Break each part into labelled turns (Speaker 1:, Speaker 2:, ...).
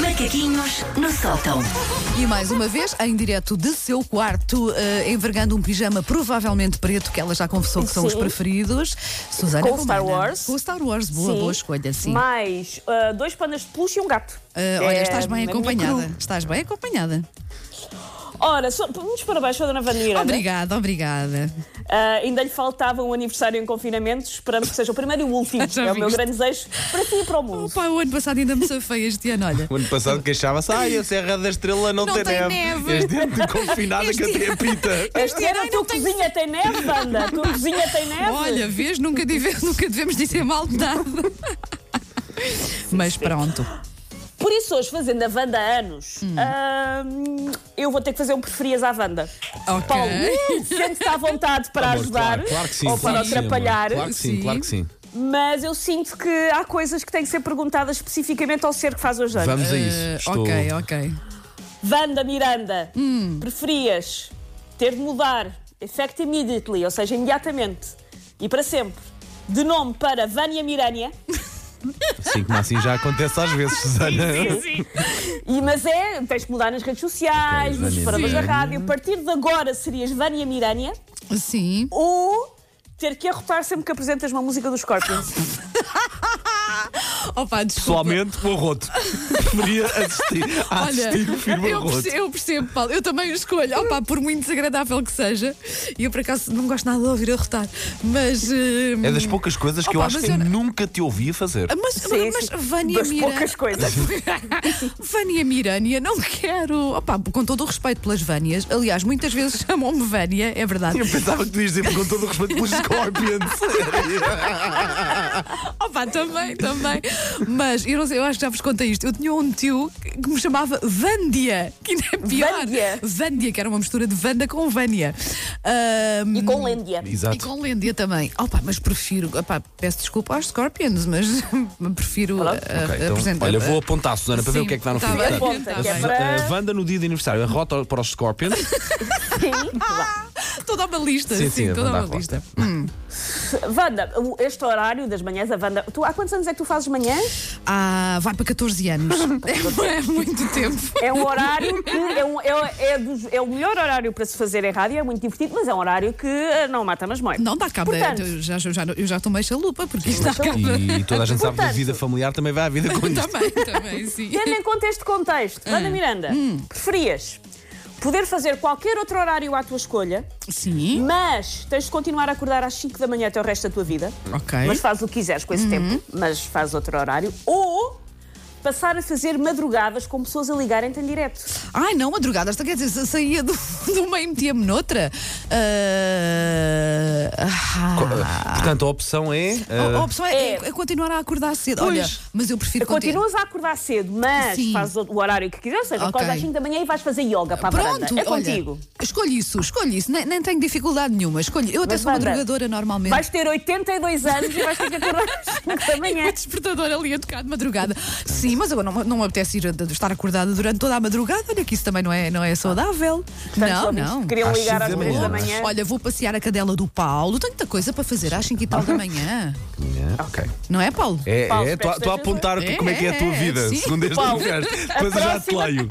Speaker 1: Macaquinhos no sótão.
Speaker 2: E mais uma vez, em direto de seu quarto, eh, envergando um pijama provavelmente preto, que ela já confessou que são os
Speaker 3: Sim.
Speaker 2: preferidos. Susana
Speaker 3: Com o Star
Speaker 2: Romana.
Speaker 3: Wars.
Speaker 2: Com o Star Wars, boa,
Speaker 3: Sim.
Speaker 2: boa escolha, sim.
Speaker 3: Mais ah, dois panas de peluche e um gato.
Speaker 2: Eh, olha,
Speaker 3: É
Speaker 2: estás bem
Speaker 3: a minha
Speaker 2: acompanhada.
Speaker 3: crew.
Speaker 2: Estás bem acompanhada.
Speaker 3: Ora, só, muitos parabéns, Sra. Dona Vanda Miranda.
Speaker 2: Obrigada, obrigada.
Speaker 3: Ah, ainda lhe faltava um aniversário em confinamento. Esperamos que seja o primeiro e o último.
Speaker 2: Já
Speaker 3: é o meu
Speaker 2: viste.
Speaker 3: grande desejo para ti e para o mundo.
Speaker 2: Opa, o ano passado ainda me safei este ano, olha.
Speaker 4: O ano passado queixava-se, ai, a Serra da Estrela não,
Speaker 2: Não tem neve."
Speaker 4: Este ano de confinada
Speaker 2: Este
Speaker 4: que até apita.
Speaker 3: este ano a tua cozinha tem neve, Wanda. A tua cozinha tem neve.
Speaker 2: Olha, vês, nunca, deve- nunca devemos dizer mal de nada. Mas pronto.
Speaker 3: Por isso, hoje, fazendo a Wanda anos,
Speaker 2: Hum.
Speaker 3: ah, eu vou ter que fazer um preferias à Wanda.
Speaker 2: Ok.
Speaker 3: Paulo, uh, sente-se à vontade para
Speaker 4: Amor,
Speaker 3: ajudar
Speaker 4: claro, claro que sim,
Speaker 3: ou para
Speaker 4: claro que sim, amor.
Speaker 3: atrapalhar.
Speaker 4: Claro que sim,
Speaker 2: Sim.
Speaker 4: claro que sim.
Speaker 3: Mas eu sinto que há coisas que têm que ser perguntadas especificamente ao ser que faz hoje anos.
Speaker 4: Vamos a isso.
Speaker 2: Eh,
Speaker 4: Estou-
Speaker 2: Ok, ok.
Speaker 3: Wanda Miranda,
Speaker 2: Hum.
Speaker 3: preferias ter de mudar effect immediately, ou seja, imediatamente e para sempre, de nome para Vânia Mirânia,
Speaker 4: Sim, como assim já acontece às vezes, Susana.
Speaker 3: e, mas é, tens de mudar nas redes sociais,
Speaker 4: Ok,
Speaker 3: nos
Speaker 4: Vânia
Speaker 3: programas da
Speaker 4: Mirânia.
Speaker 3: rádio, a partir de agora serias Vânia Mirânia
Speaker 2: Sim.
Speaker 3: ou ter que arrotar sempre que apresentas uma música dos Scorpions.
Speaker 2: Opa, desculpa.
Speaker 4: Pessoalmente, o arroto. Preferia assistir, a
Speaker 2: Olha,
Speaker 4: assistir o filme
Speaker 2: eu
Speaker 4: arroto.
Speaker 2: percebo, eu percebo, Paulo. Eu também o escolho. Opa, por muito desagradável que seja. E eu, por acaso, não gosto nada de ouvir arrotar. Mas. eh,
Speaker 4: É das poucas coisas que eu
Speaker 2: Opa,
Speaker 4: acho
Speaker 2: mas
Speaker 4: que
Speaker 2: eu não-
Speaker 4: nunca te ouvia fazer.
Speaker 2: Mas,
Speaker 3: Sim,
Speaker 2: mas
Speaker 3: sim.
Speaker 2: Vânia
Speaker 3: Das
Speaker 2: Mirânia.
Speaker 3: poucas coisas.
Speaker 2: Vânia Mirânia, não quero. Opa, com todo o respeito pelas Vânias. Aliás, muitas vezes chamam-me Vânia, é verdade.
Speaker 4: Eu pensava que tu ias dizer com todo o respeito pelos Scorpions.
Speaker 2: Opa, também, também. Mas eu não sei, eu acho que já vos contei isto. Eu tinha um tio que que me chamava Vândia, que ainda é pior.
Speaker 3: Vândia?
Speaker 2: Vândia, que era uma mistura de Vanda com Vânia. Ahm,
Speaker 3: E com Lêndia.
Speaker 2: E
Speaker 4: Exato.
Speaker 2: com Lêndia também. Opa, mas prefiro. Opa, peço desculpa aos Scorpions, mas prefiro
Speaker 3: Pronto.
Speaker 2: ah, ah,
Speaker 4: Ok, então,
Speaker 2: apresentar.
Speaker 4: olha, vou apontar, Susana, para ver
Speaker 2: Sim,
Speaker 4: o que é que dá no
Speaker 2: tá
Speaker 4: fim.
Speaker 2: bem.
Speaker 4: Portanto,
Speaker 3: Aponta, que é
Speaker 4: a-
Speaker 3: para-
Speaker 4: A Wanda no dia de aniversário, arrota para os Scorpions.
Speaker 3: Sim, vá.
Speaker 2: Toda uma lista, sim,
Speaker 4: Sim, sim,
Speaker 2: toda
Speaker 4: vou dar
Speaker 2: uma
Speaker 4: a
Speaker 2: lista.
Speaker 3: Wanda, o- este horário das manhãs, a Wanda. Tu, há quantos anos é que tu fazes manhãs?
Speaker 2: Ah, vai para 14 anos. é, é muito tempo.
Speaker 3: É um horário que é, um- é- é dos- é o melhor horário para se fazer em rádio, é muito divertido, mas é um horário que eh, não mata, mas mói.
Speaker 2: Não dá cabo,
Speaker 3: Portanto- então-
Speaker 2: eu já estou já, eu já estou meio chalupa, porque isto dá cabo.
Speaker 4: E toda a gente sabe que a
Speaker 3: Portanto-
Speaker 4: vida familiar também vai à vida com isto.
Speaker 2: Também, também, sim.
Speaker 3: Tendo em conta este contexto, Wanda
Speaker 2: Hum.
Speaker 3: Miranda, preferias poder fazer qualquer outro horário à tua escolha,
Speaker 2: Sim,
Speaker 3: mas tens de continuar a acordar às 5 da manhã até o resto da tua vida?
Speaker 2: ok. Uhum.
Speaker 3: Mas faz o que quiseres com esse tempo, mas faz outro horário. Ou passar a fazer madrugadas com pessoas a ligarem-te em direto.
Speaker 2: Ai, não, madrugada, esta quer dizer, sa- saía do, do meio e metia-me noutra. Ah, ah.
Speaker 4: Portanto, a opção é.
Speaker 2: A-
Speaker 4: ah,
Speaker 2: a opção é,
Speaker 3: É.
Speaker 2: é continuar a acordar cedo.
Speaker 4: Pois.
Speaker 2: Olha, mas eu prefiro continuar.
Speaker 3: Continuas a acordar cedo, mas
Speaker 2: Sim.
Speaker 3: fazes o horário que quiser, ou seja,
Speaker 2: Ok.
Speaker 3: acordas às 5 da manhã e vais fazer yoga para a
Speaker 2: Pronto,
Speaker 3: varanda. É
Speaker 2: olha,
Speaker 3: contigo.
Speaker 2: escolho isso, escolho isso. Nem, nem tenho dificuldade nenhuma. Escolho. Eu até
Speaker 3: Mas,
Speaker 2: sou uma
Speaker 3: Wanda,
Speaker 2: madrugadora normalmente.
Speaker 3: Vais ter 82 anos e vais ter que acordar às 5 da manhã.
Speaker 2: O É despertador ali a tocar de madrugada. Sim, mas agora não, não me apetece ir, a- estar acordada durante toda a madrugada. Olha que isso também não é, não é saudável.
Speaker 3: Portanto,
Speaker 2: não,
Speaker 3: só vimos que
Speaker 2: não.
Speaker 3: Queriam
Speaker 4: Às
Speaker 3: ligar
Speaker 4: cinco
Speaker 3: às
Speaker 4: da
Speaker 3: 3 da
Speaker 4: manhã.
Speaker 3: manhã.
Speaker 2: Olha, vou passear a cadela do Paulo. Tenho tanta coisa para fazer às 5 e tal da manhã.
Speaker 4: Ok.
Speaker 2: Não é, Paulo?
Speaker 4: eh, É,
Speaker 3: Paulo,
Speaker 4: é,
Speaker 3: espero que
Speaker 4: estou a
Speaker 3: esteja
Speaker 4: apontar
Speaker 2: bem.
Speaker 4: como é que é a tua
Speaker 2: É, é,
Speaker 4: vida,
Speaker 2: sim.
Speaker 4: segundo este
Speaker 3: Paulo,
Speaker 4: lugar.
Speaker 3: a
Speaker 4: Depois eu já te
Speaker 3: próxima-
Speaker 4: leio.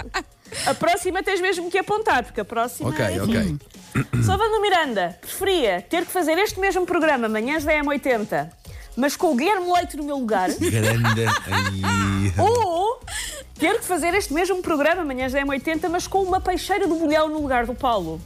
Speaker 3: A próxima tens mesmo que apontar, porque a próxima.
Speaker 4: Ok,
Speaker 3: enfim.
Speaker 4: ok.
Speaker 3: Sou Wanda Miranda, preferia ter que fazer este mesmo programa, manhãs da M80, mas com o Guilherme Leite no meu lugar,
Speaker 4: Grande. Ai.
Speaker 3: ou ter que fazer este mesmo programa, manhãs da M80, mas com uma peixeira do bolhão no lugar do Paulo.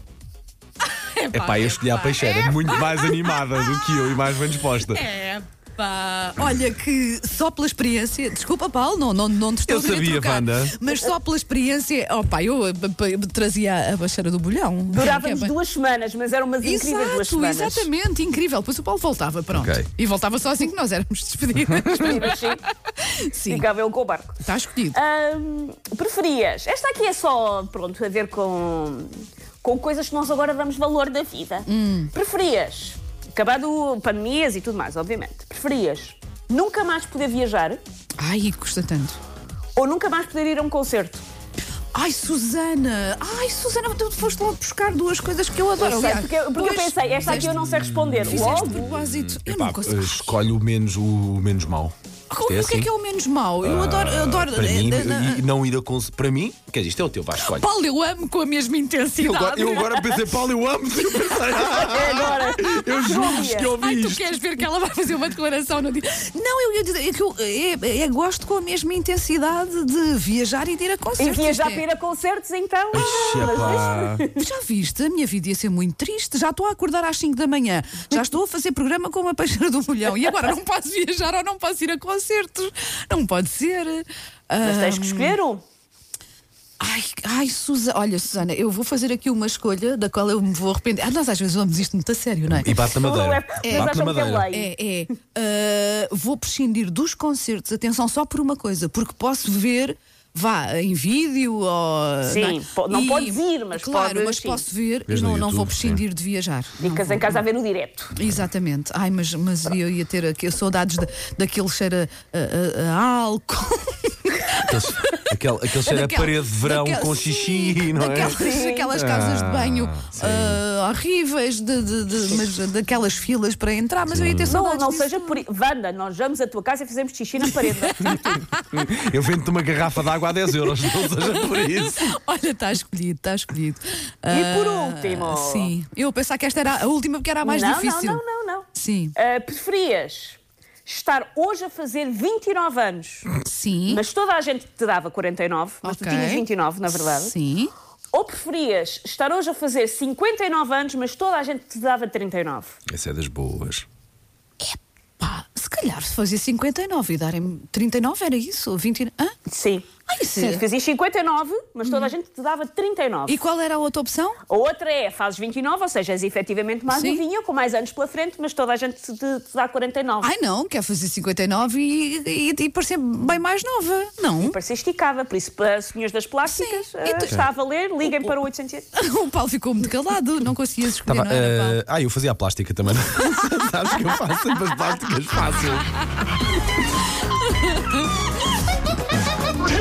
Speaker 4: Epá, é eu escolhi a peixeira,
Speaker 2: é.
Speaker 4: muito mais animada do que eu e mais bem disposta.
Speaker 2: Epá, Olha que só pela experiência, desculpa Paulo, não, não, não te estou
Speaker 4: Eu
Speaker 2: a querer
Speaker 4: sabia,
Speaker 2: trocar,
Speaker 4: Wanda.
Speaker 2: Mas só pela experiência, oh pá, eu eh, p- p- trazia a baixeira do bolhão.
Speaker 3: Durávamos
Speaker 2: É, pá.
Speaker 3: duas semanas, mas eram umas incríveis duas
Speaker 2: Exato,
Speaker 3: semanas.
Speaker 2: exatamente, incrível. Depois o Paulo voltava, pronto.
Speaker 4: Ok.
Speaker 2: E voltava só assim que nós éramos despedidos.
Speaker 3: Mas sim,
Speaker 2: Sim,
Speaker 3: ficava eu assim, com o barco.
Speaker 2: está escolhido.
Speaker 3: Ahm, preferias? Esta aqui é só, pronto, a ver com, com coisas que nós agora damos valor da vida.
Speaker 2: Hum.
Speaker 3: Preferias? Acabado pandemias e tudo mais, obviamente. Preferias nunca mais poder viajar
Speaker 2: Ai, custa tanto.
Speaker 3: ou nunca mais poder ir a um concerto?
Speaker 2: Ai, Susana! Ai, Susana, tu foste lá buscar duas coisas que eu adoro.
Speaker 3: Eu sei,
Speaker 2: Aliás,
Speaker 3: porque, porque eu
Speaker 2: pois,
Speaker 3: pensei, esta aqui eu não sei responder.
Speaker 2: Fizeste
Speaker 3: Logo,
Speaker 2: propósito. Eu
Speaker 4: Epá, eh,
Speaker 2: não consigo.
Speaker 4: escolhe o menos, o menos mau.
Speaker 2: Rui, o que é
Speaker 4: assim.
Speaker 2: que é o menos mau? Eu adoro. eu adoro
Speaker 4: Para
Speaker 2: eh,
Speaker 4: mim,
Speaker 2: eh, na-
Speaker 4: e não ir a cons... Para mim, quer dizer, isto é o teu Vasco. olha.
Speaker 2: Paulo, eu amo com a mesma
Speaker 4: Eu
Speaker 2: intensidade.
Speaker 4: agora, eu agora pensei, Paulo, eu amo-te. Eu pensei,
Speaker 2: Ah,
Speaker 3: É agora.
Speaker 4: eu juro-vos que ouvi
Speaker 2: Ai, tu
Speaker 4: isto.
Speaker 2: queres ver que ela vai fazer uma declaração no dia? Não, eu ia dizer é que eu é, é, gosto com a mesma intensidade de viajar e de ir a
Speaker 3: E
Speaker 2: concertos.
Speaker 3: viajar
Speaker 2: Isto
Speaker 3: para
Speaker 2: é-
Speaker 3: ir a concertos, então.
Speaker 4: Ah, Epá.
Speaker 2: Já viste? A minha vida ia ser muito triste. Já estou a acordar às 5 da manhã. Já estou a fazer programa com uma peixeira do molhão. E agora não posso viajar ou não posso ir a concertos. Não pode ser.
Speaker 3: Mas
Speaker 2: Ah,
Speaker 3: tens que escolher um.
Speaker 2: ai, ai, Susana. Olha, Susana, eu vou fazer aqui uma escolha da qual eu me vou arrepender. Ah, nós às vezes vamos isto muito a sério, não é?
Speaker 4: E bate na
Speaker 3: Mas
Speaker 4: madeira. Bate na
Speaker 3: acham que é
Speaker 4: madeira.
Speaker 3: lei.
Speaker 2: É, é. Ah, vou prescindir dos concertos, atenção, só por uma coisa, porque posso ver. Vá, em vídeo ou.
Speaker 3: Sim,
Speaker 2: é?
Speaker 3: po- não
Speaker 2: E-
Speaker 3: podes ir, mas
Speaker 2: Claro,
Speaker 3: podes,
Speaker 2: mas
Speaker 3: sim.
Speaker 2: posso ver
Speaker 4: Vês
Speaker 2: e
Speaker 4: no
Speaker 2: não, não vou
Speaker 4: YouTube, sim.
Speaker 2: prescindir de viajar. Não
Speaker 3: Ficas
Speaker 2: vou.
Speaker 3: em casa a ver o direto.
Speaker 2: Exatamente. Ai, mas, mas eu ia ter aqui saudades da- daquele cheiro a, a- a álcool.
Speaker 4: Aqueles- Aquele, aquele cheiro a
Speaker 2: Daquela-
Speaker 4: parede de verão
Speaker 2: daquela-
Speaker 4: com
Speaker 2: sim,
Speaker 4: xixi, não é?
Speaker 2: daquelas, daquelas casas de banho ah, horríveis, de, de- de- mas daquelas filas para entrar, mas eu ia ter
Speaker 3: Não,
Speaker 2: saudades.
Speaker 3: não
Speaker 2: disso.
Speaker 3: seja por. Wanda, nós vamos à tua casa e fazemos xixi na parede.
Speaker 4: Eu vendo-te uma garrafa de água a 10 euros, não seja por isso.
Speaker 2: Olha, está escolhido, está escolhido.
Speaker 3: E por
Speaker 2: Ah,
Speaker 3: último?
Speaker 2: Sim. Eu pensava que esta era a última porque era a mais
Speaker 3: não,
Speaker 2: difícil.
Speaker 3: não, não, não, não.
Speaker 2: Sim.
Speaker 3: Ah, preferias estar hoje a fazer 29 anos,
Speaker 2: Sim.
Speaker 3: mas toda a gente te dava 49, mas
Speaker 2: Ok.
Speaker 3: tu tinhas 29, na verdade.
Speaker 2: Sim.
Speaker 3: Ou preferias estar hoje a fazer 59 anos, mas toda a gente te dava 39?
Speaker 4: Essa é das boas.
Speaker 2: Pá, se calhar se fazia 59 e darem 39 era isso? 20... Hã?
Speaker 3: Sim.
Speaker 2: Ah, isso
Speaker 3: Sim,
Speaker 2: é-
Speaker 3: fazias 59, mas toda a gente te dava 39.
Speaker 2: Uhum. E qual era a outra opção?
Speaker 3: A outra é, fazes 29, ou seja, és efetivamente mais
Speaker 2: Sim.
Speaker 3: novinha, com mais anos pela frente, mas toda a gente te, te dá 49.
Speaker 2: Ai não, quer fazer 59 e, e, e parecer bem mais nova. Não.
Speaker 3: Para ser esticada, por isso, para os senhores das plásticas,
Speaker 2: Sim.
Speaker 3: ah,
Speaker 2: E tu-
Speaker 3: está a valer, liguem para o 800.
Speaker 2: O Paulo ficou muito calado, não conseguia escolher,
Speaker 4: Tava,
Speaker 2: não era, Paulo?
Speaker 4: eh, ah, eu fazia a plástica também. Sabes que eu faço sempre as plásticas fácil.